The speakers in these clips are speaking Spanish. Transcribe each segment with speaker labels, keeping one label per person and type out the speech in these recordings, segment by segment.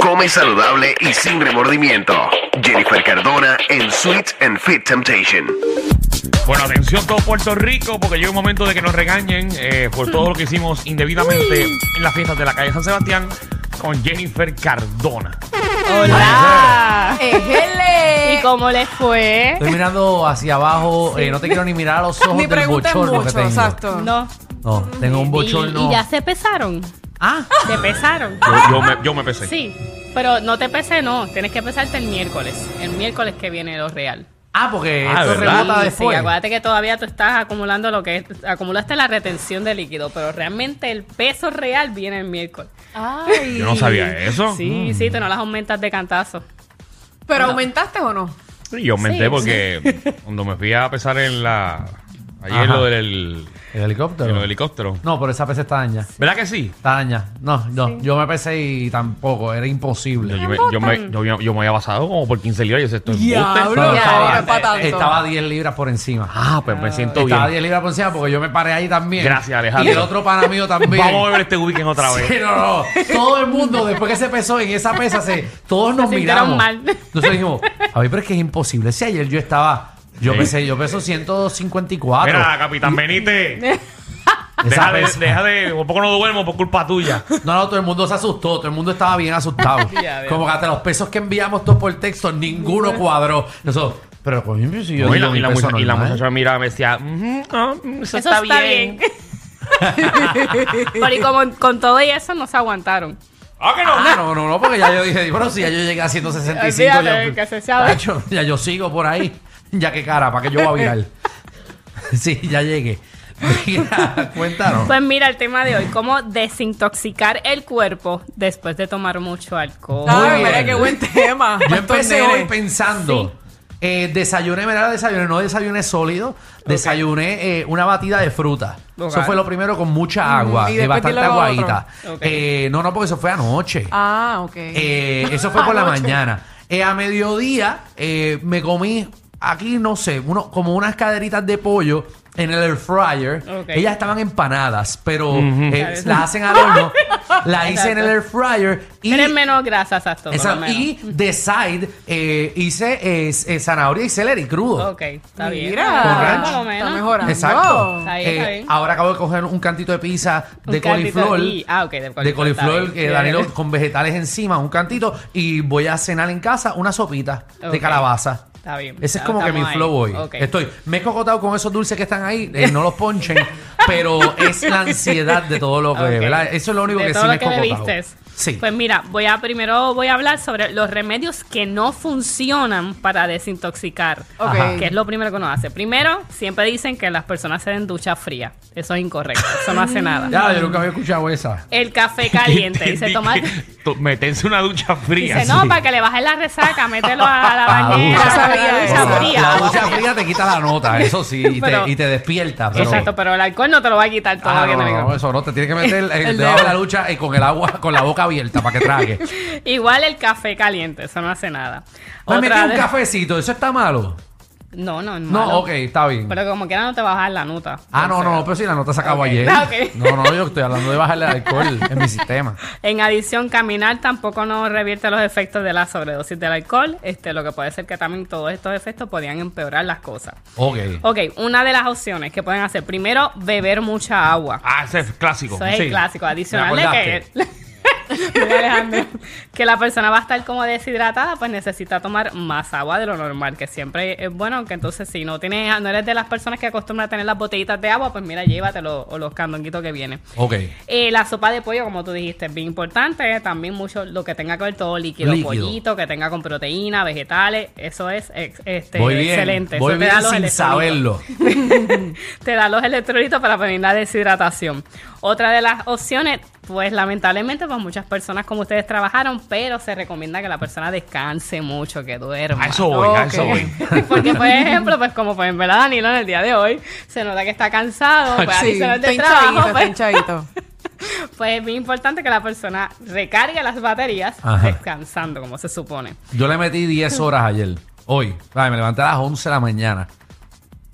Speaker 1: Come saludable y sin remordimiento. Jennifer Cardona en Sweet and Fit Temptation.
Speaker 2: Bueno, atención todo Puerto Rico, porque llega un momento de que nos regañen eh, por todo lo que hicimos indebidamente en las fiestas de la calle San Sebastián con Jennifer Cardona.
Speaker 3: Hola.
Speaker 4: Ejele.
Speaker 3: ¿Y cómo les fue?
Speaker 5: Estoy mirando hacia abajo, eh, no te quiero ni mirar a los ojos
Speaker 4: Ni
Speaker 5: del
Speaker 4: pregunten
Speaker 5: bochorno
Speaker 4: mucho,
Speaker 5: que tengo.
Speaker 4: exacto.
Speaker 3: No.
Speaker 5: No, tengo un
Speaker 3: Y,
Speaker 5: bochorno.
Speaker 3: y ya se pesaron.
Speaker 5: Ah,
Speaker 3: Te pesaron.
Speaker 2: Yo, yo me, yo me pesé.
Speaker 3: Sí. Pero no te pesé, no. Tienes que pesarte el miércoles. El miércoles que viene lo real.
Speaker 5: ah, porque
Speaker 2: Ah,
Speaker 5: esto
Speaker 2: ¿verdad?
Speaker 5: rebota
Speaker 3: Sí, pues.
Speaker 5: después.
Speaker 3: sí, acuérdate que todavía tú estás acumulando lo que es- acumulaste la retención de líquido, pero realmente el peso real viene el miércoles.
Speaker 4: Ay.
Speaker 2: Yo no sabía eso.
Speaker 3: Sí,
Speaker 5: Mm.
Speaker 3: sí, tú no las aumentas de cantazo.
Speaker 4: ¿Pero aumentaste o no?
Speaker 2: Sí, Mm. yo aumenté
Speaker 3: Sí,
Speaker 2: porque cuando me fui a pesar en la. Ayer
Speaker 5: Ajá.
Speaker 2: lo del,
Speaker 5: El helicóptero.
Speaker 2: en lo del helicóptero.
Speaker 5: No, pero esa PC está daña.
Speaker 2: ¿Verdad que sí?
Speaker 5: Está daña. No, no, yo me pesé y tampoco, era
Speaker 2: Yo,
Speaker 5: imposible.
Speaker 2: yo me, yo, me, yo, me- yo me había basado como por 15 libras y yo estoy
Speaker 4: Diablo.
Speaker 5: Pero
Speaker 4: Ya,
Speaker 5: estaba,
Speaker 4: era pa' tanto.
Speaker 5: estaba 10 libras por encima.
Speaker 2: Ah, pues me siento
Speaker 5: estaba
Speaker 2: bien.
Speaker 5: 10 libras por encima porque yo me paré ahí también.
Speaker 2: Gracias, Alejandro.
Speaker 5: Y el otro pana mío también.
Speaker 2: Vamos a beber este weekend otra vez.
Speaker 5: Sí, no, no. Todo el mundo, después que se pesó en esa pesa, se, todos nos
Speaker 3: Se sintieron
Speaker 5: miramos.
Speaker 3: mal.
Speaker 5: Entonces dijimos, a ver, pero es que es imposible. Si ayer yo estaba, yo
Speaker 2: Sí.
Speaker 5: pesé, yo peso 154.
Speaker 2: Mira, Capitán Benítez,
Speaker 5: Esa
Speaker 2: deja de,
Speaker 5: pesa-
Speaker 2: deja de, por poco no duermo por culpa tuya.
Speaker 5: No, no, todo el mundo se asustó, todo el mundo estaba bien asustado.
Speaker 3: Ya veo.
Speaker 5: Como que hasta los pesos que enviamos todos por texto, ninguno cuadró. Nosotros, pero coño, pero si yo
Speaker 2: No, y,
Speaker 5: digo
Speaker 2: la,
Speaker 5: mi
Speaker 2: y, la
Speaker 5: peso
Speaker 2: mucha- y la
Speaker 5: normal.
Speaker 2: muchacha me miraba y me decía, "Ujú, ah, mm, eso,
Speaker 3: Eso
Speaker 2: está, bien.
Speaker 3: pero y como con todo y eso no se aguantaron.
Speaker 2: ¡Ah, que no!
Speaker 5: Ah, no, no, no, porque ya yo dije, bueno, si ya yo llegué a 165,
Speaker 3: Olvídate,
Speaker 5: yo-
Speaker 3: que se sabe.
Speaker 5: Tacho, ya yo sigo por ahí. Ya que cara, ¿para qué yo voy a virar? Sí, ya llegué. Mira, cuéntanos.
Speaker 3: Pues mira el tema de hoy, cómo desintoxicar el cuerpo después de tomar mucho alcohol.
Speaker 5: Muy
Speaker 4: Ay,
Speaker 5: bien.
Speaker 4: mira qué buen tema.
Speaker 5: Yo
Speaker 4: Estos
Speaker 5: empecé
Speaker 4: nenes.
Speaker 5: hoy pensando. Eh, desayuné, mira, desayuné, no desayuné sólido, desayuné eh, una batida de fruta.
Speaker 3: Ok.
Speaker 5: Eso fue lo primero con mucha agua,
Speaker 4: Mm, y
Speaker 5: eh,
Speaker 4: después
Speaker 5: bastante
Speaker 4: dile lo
Speaker 5: aguadita.
Speaker 3: otro. Ok.
Speaker 5: Eh, no, no, porque eso fue anoche.
Speaker 4: Ah, ok.
Speaker 5: Eh, eso fue por la mañana. Eh, a mediodía eh, me comí aquí, no sé, uno, como unas caderitas de pollo en el air fryer.
Speaker 3: Ok.
Speaker 5: Ellas estaban empanadas, pero eh,
Speaker 3: Claro.
Speaker 5: las hacen al horno. las hice en el air fryer y...
Speaker 3: Tienen menos grasa, exacto. por
Speaker 5: esa-
Speaker 3: lo menos.
Speaker 5: y de side eh, hice eh, eh, zanahoria y celery crudo.
Speaker 3: Ok, está bien.
Speaker 4: Mira,
Speaker 5: Con
Speaker 3: Ah,
Speaker 5: ranch.
Speaker 3: por lo
Speaker 4: está
Speaker 3: menos.
Speaker 4: mejorando.
Speaker 5: Exacto.
Speaker 3: Está bien, Oh. está
Speaker 5: Eh,
Speaker 3: bien.
Speaker 5: ahora acabo de coger un cantito de pizza de
Speaker 3: Un cantito
Speaker 5: coliflor.
Speaker 3: y- ah, ok, de coliflor,
Speaker 5: De coliflor,
Speaker 3: está
Speaker 5: que
Speaker 3: bien.
Speaker 5: Danilo con vegetales encima, un cantito. Y voy a cenar en casa una sopita de
Speaker 3: Ok.
Speaker 5: calabaza.
Speaker 3: Está bien.
Speaker 5: Ese es
Speaker 3: Ya
Speaker 5: como que mi
Speaker 3: estamos ahí.
Speaker 5: flow hoy.
Speaker 3: Ok.
Speaker 5: Estoy, me he cocotado con esos dulces que están ahí, eh, no los ponchen, pero es la ansiedad de todo lo que,
Speaker 3: Ok.
Speaker 5: ¿verdad? Eso es lo único
Speaker 3: De
Speaker 5: que
Speaker 3: todo
Speaker 5: sí
Speaker 3: lo
Speaker 5: me he
Speaker 3: que me
Speaker 5: cocotado.
Speaker 3: viste.
Speaker 5: Sí.
Speaker 3: Pues mira, voy a primero voy a hablar sobre los remedios que no funcionan para desintoxicar.
Speaker 4: Ok.
Speaker 5: Ajá.
Speaker 3: Que es lo primero que uno hace. Primero, siempre dicen que las personas se den ducha fría. Eso es incorrecto. Eso no hace nada.
Speaker 5: ya, yo nunca había escuchado esa.
Speaker 3: El café caliente. Dice, toma.
Speaker 2: To- Meterse una ducha fría.
Speaker 3: Dice, no,
Speaker 2: sí.
Speaker 3: para que le bajes la resaca, mételo a la bañera.
Speaker 5: Ah, ducha.
Speaker 3: a la
Speaker 4: Esa
Speaker 3: ducha
Speaker 5: La-
Speaker 3: fría.
Speaker 5: La
Speaker 3: agua
Speaker 5: ducha fría te quita la nota, eso sí, y, te-
Speaker 3: Pero-
Speaker 5: y te, despierta. Pero,
Speaker 3: Exacto, pero el alcohol no te lo va a quitar todo.
Speaker 5: Ah,
Speaker 3: lo que
Speaker 5: no,
Speaker 3: te
Speaker 5: no,
Speaker 3: digo.
Speaker 5: no, eso no, te tienes que meter eh,
Speaker 4: El
Speaker 5: debajo de
Speaker 4: dedo.
Speaker 5: la ducha y con el agua, con la boca abierta para que trague.
Speaker 3: Igual el café caliente, eso no hace nada.
Speaker 5: Me metí
Speaker 3: Otra
Speaker 5: un
Speaker 3: de-
Speaker 5: cafecito, eso está malo.
Speaker 3: No, no, no.
Speaker 5: No, ok, está bien.
Speaker 3: Pero como quiera no te vas a bajar la nota.
Speaker 5: Ah, no, no, pero si la nota se acabó
Speaker 3: Ok.
Speaker 5: ayer.
Speaker 3: Ah, ok.
Speaker 5: No, no, yo estoy hablando de bajarle el alcohol en mi sistema.
Speaker 3: En adición, caminar tampoco nos revierte los efectos de la sobredosis del alcohol, este, lo que puede ser que también todos estos efectos podían empeorar las cosas.
Speaker 5: Ok.
Speaker 3: Ok, una de las opciones que pueden hacer, primero, beber mucha agua.
Speaker 2: Ah, ese es clásico.
Speaker 3: Eso es el
Speaker 5: pues sí.
Speaker 3: clásico, adicional
Speaker 5: Me
Speaker 3: de que... Mira, Alejandro, que la persona va a estar como deshidratada, pues necesita tomar más agua de lo normal, que siempre es bueno, aunque entonces si no tienes, no eres de las personas que acostumbran a tener las botellitas de agua, pues mira, llévatelo o los candonguitos que vienen.
Speaker 5: Ok.
Speaker 3: Eh, la sopa de pollo, como tú dijiste, es bien importante. También mucho lo que tenga que ver todo líquido,
Speaker 5: Líquido.
Speaker 3: pollito, que tenga con proteína, vegetales. Eso es ex- este,
Speaker 5: voy bien.
Speaker 3: excelente.
Speaker 5: Voy
Speaker 3: Eso te da
Speaker 5: bien
Speaker 3: los
Speaker 5: sin
Speaker 3: electrolitos.
Speaker 5: saberlo.
Speaker 3: Te da los electrolitos para prevenir la deshidratación. Otra de las opciones, Pues lamentablemente, pues muchas personas como ustedes trabajaron, pero se recomienda que la persona descanse mucho, que duerma.
Speaker 5: Ah,
Speaker 2: A eso voy, a eso
Speaker 4: Ok.
Speaker 2: voy.
Speaker 3: Porque, por ejemplo, pues como pueden ver a Danilo en el día de hoy, se nota que está cansado,
Speaker 5: Ah,
Speaker 3: pues
Speaker 4: Sí,
Speaker 3: así se nota
Speaker 4: está
Speaker 3: el trabajo,
Speaker 4: hinchadito, está
Speaker 3: pues,
Speaker 4: hinchadito.
Speaker 3: pues es muy importante que la persona recargue las baterías
Speaker 5: Ajá.
Speaker 3: descansando, como se supone.
Speaker 5: Yo le metí 10 horas ayer. Hoy. Ay, me levanté a las 11 de la mañana.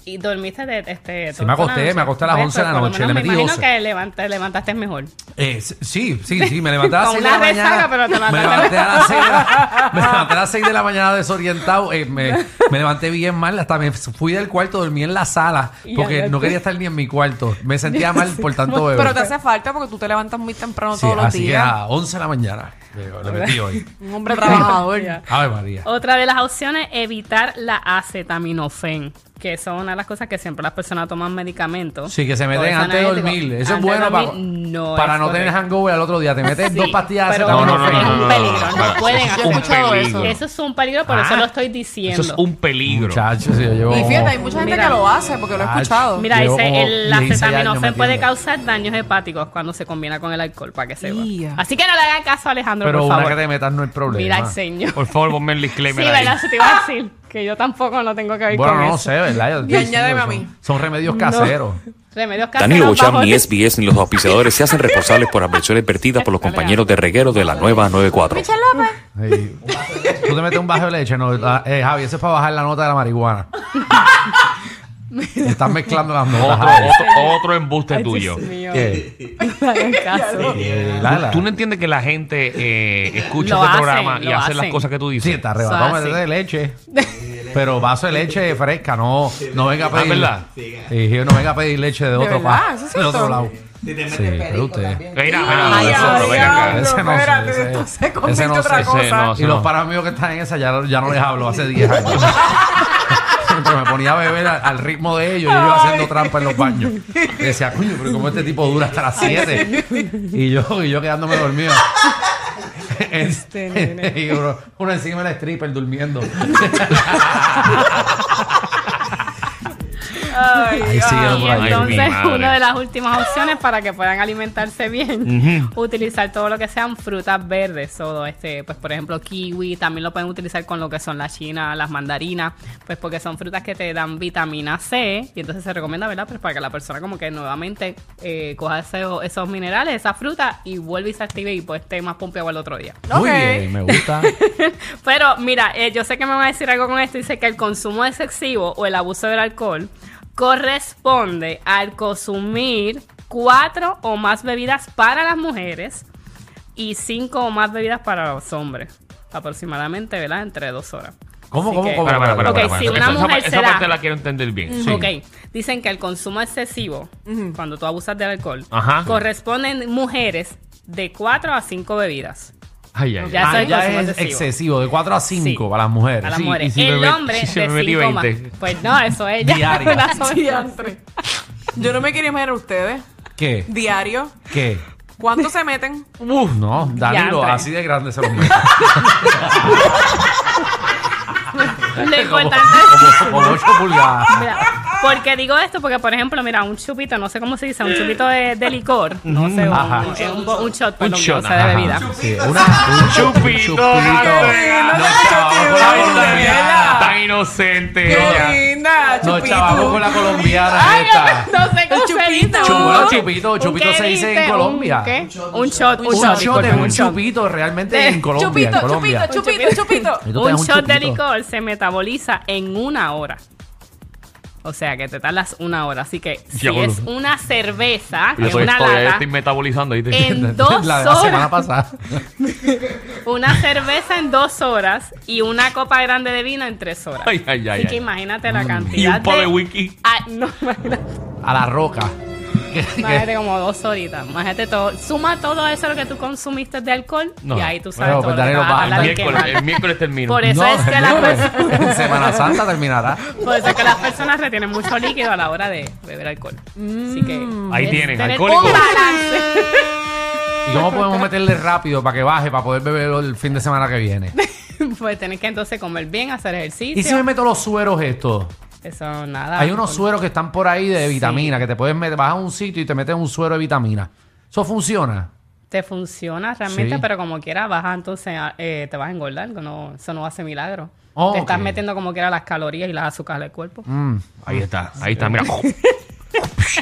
Speaker 3: Y dormiste de, este,
Speaker 5: Sí, me
Speaker 3: toda la
Speaker 5: acosté,
Speaker 3: noche.
Speaker 5: me acosté a las
Speaker 3: Pues,
Speaker 5: 11 de la
Speaker 3: por lo
Speaker 5: noche,
Speaker 3: menos
Speaker 5: le
Speaker 3: Me
Speaker 5: metí
Speaker 3: imagino
Speaker 5: 12.
Speaker 3: que levant- te levantaste mejor.
Speaker 5: Eh, sí, sí, sí, me levanté a las
Speaker 3: Con
Speaker 5: 6 de la
Speaker 3: una resaca,
Speaker 5: mañana.
Speaker 3: pero te
Speaker 5: me
Speaker 3: levantaste.
Speaker 5: levanté a las 6 de la, me levanté a las 6 de la mañana desorientado. eh, me, me levanté bien mal, hasta me fui del cuarto, dormí en la sala,
Speaker 3: Y
Speaker 5: porque
Speaker 3: andaste.
Speaker 5: no quería estar ni en mi cuarto. Me sentía mal por tanto beber.
Speaker 4: Pero te hace falta porque tú te levantas muy temprano
Speaker 5: Sí,
Speaker 4: todos los
Speaker 5: así que
Speaker 4: días.
Speaker 5: a 11 de la mañana eh, le metí hoy.
Speaker 4: Un hombre trabajador.
Speaker 3: Ya.
Speaker 5: Ave María.
Speaker 3: Otra de las opciones, evitar la acetaminofén, que son una de las cosas que siempre las personas toman medicamentos.
Speaker 5: Sí, que se meten
Speaker 3: Por eso
Speaker 5: antes de
Speaker 3: analgético.
Speaker 5: dormir. Eso es
Speaker 3: Antes de
Speaker 5: bueno para
Speaker 3: dormir, no
Speaker 5: para
Speaker 3: es
Speaker 5: no tener
Speaker 3: correcto.
Speaker 5: hangover al otro día. Te metes
Speaker 3: Sí,
Speaker 5: dos pastillas de
Speaker 3: pero
Speaker 2: No, no, no,
Speaker 5: acetaminofén.
Speaker 2: no,
Speaker 3: Es
Speaker 2: no,
Speaker 3: un
Speaker 2: no,
Speaker 3: peligro,
Speaker 2: no,
Speaker 3: no
Speaker 2: no,
Speaker 3: pueden
Speaker 2: eso es
Speaker 4: hacer
Speaker 2: un
Speaker 4: eso.
Speaker 2: peligro.
Speaker 3: Eso es un peligro, por eso
Speaker 5: Ah,
Speaker 3: lo estoy diciendo.
Speaker 2: Eso es un peligro.
Speaker 5: Muchachos, sí, yo llevo.
Speaker 4: Y fíjate, hay mucha gente
Speaker 3: Mira.
Speaker 4: que lo hace porque lo he
Speaker 5: Ach.
Speaker 4: escuchado.
Speaker 3: Mira,
Speaker 5: Llevo
Speaker 3: dice,
Speaker 5: como
Speaker 3: el
Speaker 5: 16 años
Speaker 3: acetaminofén puede
Speaker 5: metiéndole.
Speaker 3: causar daños hepáticos cuando se combina con el alcohol, para que sepa.
Speaker 4: Ya.
Speaker 3: Así que no le hagan caso a Alejandro,
Speaker 5: Pero
Speaker 3: por
Speaker 5: una
Speaker 3: favor.
Speaker 5: que te metas no es problema.
Speaker 3: Mira, el señor.
Speaker 2: Por favor, ponme el
Speaker 3: Sí,
Speaker 2: disclaimer ahí.
Speaker 3: verdad, se te iba a decir que yo tampoco no tengo que ver
Speaker 5: Bueno,
Speaker 3: con
Speaker 5: no
Speaker 3: eso.
Speaker 5: sé, ¿verdad? Yo estoy
Speaker 4: Y
Speaker 5: diciendo
Speaker 4: añádeme
Speaker 5: que
Speaker 4: a
Speaker 5: son-
Speaker 4: mí.
Speaker 5: Son remedios caseros.
Speaker 3: Remedio
Speaker 6: Danilo Bocham, ni
Speaker 3: es
Speaker 6: SBS ni los auspiciadores se hacen responsables por las versiones vertidas por los compañeros de reguero de la nueva 94.
Speaker 5: Sí. Tú te metes un vaso de leche, no. Ah, eh, Javi, eso es para bajar la nota de la marihuana. Estás mezclando las
Speaker 2: Otro,
Speaker 5: notas, Javi. Eh,
Speaker 2: otro, otro embuste tuyo.
Speaker 3: Dios mío.
Speaker 5: ¿Qué?
Speaker 3: No hagan este caso.
Speaker 5: La-
Speaker 2: Tú-
Speaker 5: la-
Speaker 2: Tú no entiendes que la gente eh, escucha
Speaker 3: Lo
Speaker 2: este
Speaker 3: hacen,
Speaker 2: programa y
Speaker 3: lo
Speaker 2: hace las
Speaker 3: hacen.
Speaker 2: cosas que tú
Speaker 5: Sí,
Speaker 2: dices.
Speaker 5: está arrebatado
Speaker 3: Eso es
Speaker 5: metes de leche. Pero vaso de leche fresca, no, no venga a pedir.
Speaker 2: Ah, ¿verdad?
Speaker 5: Sí, no venga a pedir leche de otro
Speaker 4: verdad?
Speaker 5: pa-
Speaker 4: ¿Eso es
Speaker 5: de otro
Speaker 4: cierto?
Speaker 5: lado.
Speaker 7: Si te metes
Speaker 5: Sí, pero
Speaker 7: perico
Speaker 5: usted.
Speaker 7: también.
Speaker 2: Mira,
Speaker 5: ah,
Speaker 4: Ay,
Speaker 2: mira,
Speaker 4: diablo,
Speaker 2: nosotros, ven acá.
Speaker 5: ese no sé,
Speaker 4: espérate,
Speaker 5: ese-
Speaker 4: esto se
Speaker 5: ese
Speaker 4: convierte en
Speaker 5: no
Speaker 4: otra
Speaker 5: sé,
Speaker 4: cosa.
Speaker 2: ese no.
Speaker 5: Y los panas míos que están en esa ya, ya no les hablo hace 10 años. Siempre me ponía a beber al, al ritmo de ellos y ellos haciendo trampa en los baños. Y decía, coño, pero ¿cómo este tipo dura hasta las 7? Y yo, y yo quedándome dormido.
Speaker 3: Este
Speaker 5: y uno, uno encima del stripper durmiendo.
Speaker 4: Ay,
Speaker 5: Ahí sigue
Speaker 3: Ah,
Speaker 5: por ahí.
Speaker 3: y entonces,
Speaker 2: Ay, mi madre.
Speaker 3: una de las últimas opciones para que puedan alimentarse bien, utilizar todo lo que sean frutas verdes, todo este, pues por ejemplo, kiwi, también lo pueden utilizar con lo que son las chinas, las mandarinas, pues porque son frutas que te dan vitamina C, y entonces se recomienda, ¿verdad? Pues para que la persona como que nuevamente eh, coja esos, esos minerales, esas frutas, y vuelve y se active y pues esté más pompeado al otro día.
Speaker 5: Muy
Speaker 4: Ok.
Speaker 5: bien, me gusta.
Speaker 3: Pero mira, eh, yo sé que me van a decir algo con esto. Dice que el consumo excesivo o el abuso del alcohol corresponde al consumir cuatro o más bebidas para las mujeres y cinco o más bebidas para los hombres. Aproximadamente, ¿verdad? Entre dos horas.
Speaker 5: ¿Cómo,
Speaker 3: Así
Speaker 5: cómo,
Speaker 3: que-
Speaker 5: cómo?
Speaker 2: Para, para, para,
Speaker 3: Ok,
Speaker 2: para, para.
Speaker 3: si una
Speaker 2: Esa- esa,
Speaker 3: mujer
Speaker 2: esa
Speaker 3: se da- Mm,
Speaker 2: parte la quiero entender bien. Sí.
Speaker 3: Ok, dicen que el consumo excesivo, cuando tú abusas del alcohol,
Speaker 2: Ajá.
Speaker 3: corresponden mujeres de cuatro a cinco bebidas.
Speaker 2: Ay, ay, ay.
Speaker 3: Ya
Speaker 5: Ah,
Speaker 3: soy
Speaker 5: ya
Speaker 3: consumo
Speaker 5: es
Speaker 3: excesivo.
Speaker 5: excesivo, de 4 a 5
Speaker 3: Sí.
Speaker 5: para las mujeres.
Speaker 3: A las
Speaker 5: Sí,
Speaker 3: mujeres.
Speaker 5: y si
Speaker 3: el
Speaker 5: bebe-
Speaker 3: hombre
Speaker 2: si se
Speaker 3: de
Speaker 2: bebe
Speaker 3: 5 más.
Speaker 2: 20.
Speaker 3: Pues no, eso es ya.
Speaker 5: Diario.
Speaker 3: Una sola.
Speaker 4: diantre. Yo no me quiero imaginar a ustedes.
Speaker 5: ¿Qué?
Speaker 4: Diario.
Speaker 5: ¿Qué?
Speaker 4: ¿Cuánto se meten?
Speaker 5: Uf, no, Danilo,
Speaker 3: Diantre.
Speaker 5: así de grande se los mete.
Speaker 3: Lo
Speaker 5: como,
Speaker 3: importante es-
Speaker 5: como, 8 pulgadas.
Speaker 3: Mira, porque digo esto, porque por ejemplo, mira, un chupito, no sé cómo se dice, un chupito de, de licor, no sé, un,
Speaker 5: Ajá.
Speaker 3: eh, un, bo- un shot, perdón,
Speaker 2: shot,
Speaker 3: o sea, de
Speaker 2: ajá.
Speaker 3: bebida.
Speaker 5: Sí, una, un
Speaker 2: Chupito, Gabriela.
Speaker 5: No,
Speaker 4: No,
Speaker 5: chavamos con la colombiana.
Speaker 4: chupito, Gabriela.
Speaker 2: Tan inocente.
Speaker 4: ¡Qué linda!
Speaker 5: No,
Speaker 4: Chupito.
Speaker 5: chavamos con la colombiana esta.
Speaker 3: No sé cómo se dice.
Speaker 4: chupito.
Speaker 3: un-
Speaker 5: Bueno, chupito,
Speaker 3: ¿un
Speaker 5: chupito
Speaker 3: qué
Speaker 5: se dice en
Speaker 3: dijiste?
Speaker 5: Colombia.
Speaker 3: ¿Un qué? Un shot, un
Speaker 5: Un
Speaker 3: shot.
Speaker 5: shot es
Speaker 3: disculpa,
Speaker 5: un chupito realmente en Colombia. en
Speaker 4: Chupito,
Speaker 5: Colombia.
Speaker 4: chupito, chupito, chupito.
Speaker 5: Y tú te
Speaker 3: Un
Speaker 5: das
Speaker 3: shot de
Speaker 5: chupito.
Speaker 3: licor se metaboliza en una hora. O sea que te tardas una hora. Así que si
Speaker 2: Diablo.
Speaker 3: es una cerveza,
Speaker 2: Yo
Speaker 3: que es
Speaker 2: estoy,
Speaker 3: una
Speaker 2: estoy,
Speaker 3: lata,
Speaker 2: estoy metabolizando. ¿viste?
Speaker 3: en dos
Speaker 5: La de la semana
Speaker 3: horas,
Speaker 5: pasada.
Speaker 3: una cerveza en dos horas y una copa grande de vino en tres horas.
Speaker 2: Ay, ay, ay,
Speaker 3: Así que
Speaker 2: ay.
Speaker 3: imagínate la
Speaker 2: Y
Speaker 3: cantidad
Speaker 2: un par de wiki.
Speaker 3: Ah, no, imagínate,
Speaker 5: A la roca. Que- que-
Speaker 3: imagínate como dos horitas. Imagínate todo. Suma todo eso lo que tú consumiste de alcohol
Speaker 2: No.
Speaker 3: y ahí tú sabes
Speaker 5: Bueno,
Speaker 3: todo
Speaker 5: pues,
Speaker 3: lo que
Speaker 5: Danilo,
Speaker 3: te vas a
Speaker 5: va-
Speaker 3: tardar en
Speaker 2: Miércoles,
Speaker 3: quemar.
Speaker 2: el miércoles termino.
Speaker 3: Por eso
Speaker 5: No,
Speaker 3: es que las
Speaker 5: no,
Speaker 3: personas...
Speaker 5: en Semana Santa terminará.
Speaker 3: Por eso es que las personas retienen mucho líquido a la hora de beber alcohol. Así que
Speaker 5: Mm.
Speaker 2: Ahí
Speaker 3: es
Speaker 2: tienen,
Speaker 3: tener
Speaker 2: alcohólico.
Speaker 3: un balance.
Speaker 5: ¿Y cómo podemos meterle rápido para que baje, para poder beberlo el fin de semana que viene?
Speaker 3: pues tenés que entonces comer bien, hacer ejercicio.
Speaker 5: ¿Y si me meto los sueros estos?
Speaker 3: Eso nada.
Speaker 5: Hay unos
Speaker 3: por-
Speaker 5: sueros que están por ahí de
Speaker 3: Ah, Sí.
Speaker 5: vitamina, que te puedes meter, vas a un sitio y te metes un suero de vitamina. ¿Eso funciona?
Speaker 3: te funciona realmente,
Speaker 5: Sí.
Speaker 3: pero como quiera vas a- entonces a- eh, te vas a engordar, que no, eso no hace milagro.
Speaker 5: Oh,
Speaker 3: te estás
Speaker 5: ok. Mm.
Speaker 3: metiendo como quiera las calorías y las azúcares del cuerpo.
Speaker 2: Ahí está, ahí está, mira.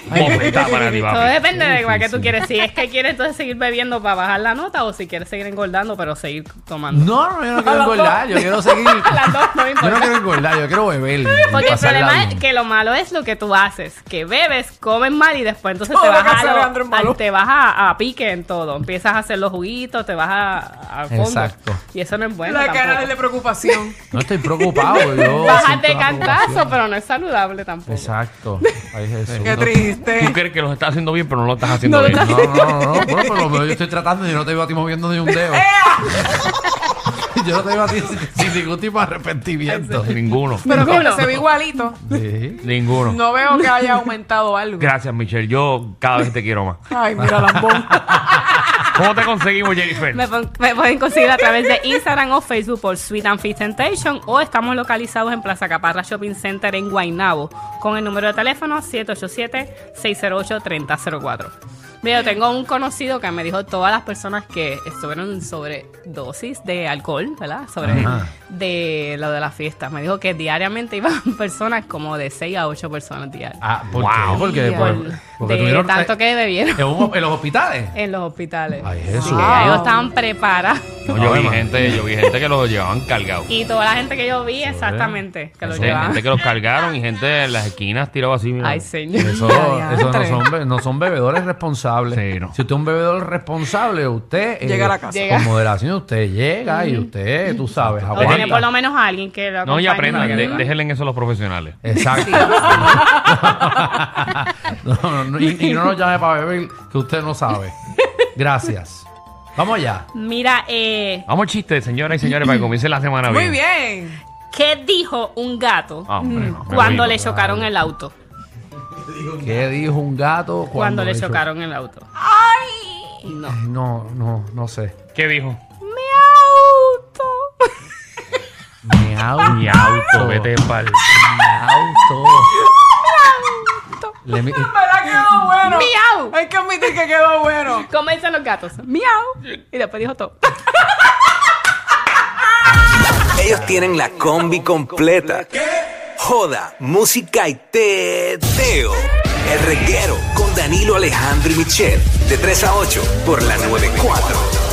Speaker 2: Bofetada para ti,
Speaker 3: Todo
Speaker 2: papi.
Speaker 3: depende de para qué tú quieres. Si es que quieres entonces seguir bebiendo para bajar la nota o si quieres seguir engordando pero seguir tomando.
Speaker 5: No, no, yo no quiero
Speaker 4: las
Speaker 5: engordar, yo quiero seguir.
Speaker 3: Las dos no
Speaker 5: Yo no
Speaker 3: importa.
Speaker 5: quiero engordar, yo quiero beber.
Speaker 3: Porque el
Speaker 5: pasarla
Speaker 3: problema es
Speaker 5: bien.
Speaker 3: que lo malo es lo que tú haces, que bebes, comes mal y después entonces
Speaker 4: Todo
Speaker 3: te
Speaker 4: lo
Speaker 3: vas,
Speaker 4: que hace
Speaker 3: a, lo-
Speaker 4: Alejandro es malo.
Speaker 3: al- te vas a, a pique en todo. Empiezas a hacer los juguitos, te vas a, a fondo.
Speaker 5: Exacto.
Speaker 3: Y eso no es bueno.
Speaker 4: la cara
Speaker 3: tampoco.
Speaker 4: de preocupación.
Speaker 5: No estoy preocupado, yo.
Speaker 3: Bajas
Speaker 5: siento
Speaker 3: de
Speaker 5: la
Speaker 3: cantazo,
Speaker 5: preocupación.
Speaker 3: pero no es saludable tampoco.
Speaker 5: Exacto. Ay, Jesús.
Speaker 4: Qué
Speaker 2: Tú
Speaker 4: triste.
Speaker 2: crees que los estás haciendo bien, pero no lo estás haciendo bien.
Speaker 5: No, no, no, no, bueno, por lo menos yo estoy tratando y yo no te veo a ti moviendo ni un dedo. yo no te veo a ti sin, sin ningún tipo de arrepentimiento.
Speaker 2: Ninguno.
Speaker 4: Pero como
Speaker 3: Ninguno.
Speaker 4: se ve igualito,
Speaker 5: Sí.
Speaker 2: Ninguno.
Speaker 4: no veo que haya aumentado algo.
Speaker 2: Gracias, Michelle. Yo cada vez te quiero más.
Speaker 4: Ay, mira, lambón.
Speaker 2: ¿Cómo te conseguimos, Jennifer?
Speaker 3: Me, pon- me pueden conseguir a través de Instagram o Facebook por Sweet and Fit Temptation o estamos localizados en Plaza Caparra Shopping Center en Guaynabo con el número de teléfono 787-608-3004. Mira, yo tengo un conocido que me dijo todas las personas que estuvieron en sobredosis de alcohol, ¿verdad? Sobre de lo de las fiestas. Me dijo que diariamente iban personas como de 6 a 8 personas diarias.
Speaker 5: Ah, ¿por
Speaker 2: Wow.
Speaker 5: qué? Porque,
Speaker 3: Por-
Speaker 5: por- porque
Speaker 3: de
Speaker 5: tuvieron- eh,
Speaker 3: tanto que bebieron
Speaker 5: en, un- en los hospitales.
Speaker 3: en los hospitales.
Speaker 5: Ay, Jesús.
Speaker 3: Así que ya ellos estaban preparados.
Speaker 6: No, yo, vi gente, yo vi gente que los llevaban cargados.
Speaker 3: Y toda la gente que yo vi, exactamente, que lo
Speaker 6: Sí,
Speaker 3: llevaban.
Speaker 6: gente que los cargaron y gente en las esquinas tiraba así. mira.
Speaker 3: Ay, señor.
Speaker 5: Eso,
Speaker 4: Ya,
Speaker 5: eso no,
Speaker 4: diantre.
Speaker 5: son, be- no son bebedores responsables.
Speaker 2: Sí, no.
Speaker 5: Si usted es un bebedor responsable, usted. eh,
Speaker 4: Llega a la casa.
Speaker 3: Llega.
Speaker 5: Con moderación, usted llega y usted, tú sabes,
Speaker 3: O tiene por
Speaker 5: aguanta.
Speaker 3: lo menos a alguien que lo
Speaker 2: no, y
Speaker 3: acompañe
Speaker 2: aprendan.
Speaker 3: para que
Speaker 2: de-
Speaker 3: lo-
Speaker 2: déjenle en eso a los profesionales.
Speaker 5: Exacto. No, no, y, y no nos llame para beber que usted no sabe. Gracias. Vamos allá.
Speaker 3: Mira, eh,
Speaker 2: Vamos al chiste, señoras y señores, para que comience la semana bien.
Speaker 4: Muy bien.
Speaker 3: ¿qué dijo un gato
Speaker 2: Ah, hombre, no, me
Speaker 3: cuando
Speaker 2: voy.
Speaker 3: le chocaron el auto?
Speaker 5: ¿Qué dijo un gato cuando,
Speaker 3: Cuando le
Speaker 5: cho-
Speaker 3: chocaron el auto. ¡Ay! No.
Speaker 5: No, no, no sé.
Speaker 2: ¿Qué dijo?
Speaker 3: ¡Mi auto!
Speaker 5: Mi auto.
Speaker 2: Mi auto, vete pa'l...
Speaker 5: Mi auto. Le mi-
Speaker 4: Pero quedó bueno.
Speaker 3: ¡Miau!
Speaker 4: Hay que admitir que quedó bueno.
Speaker 3: ¿Cómo dicen los gatos? ¡Miau! Y después dijo todo.
Speaker 7: Ellos tienen la combi completa. Joda, música y teo. El reguero con Danilo Alejandro y Michel. De 3 a 8 por la 94.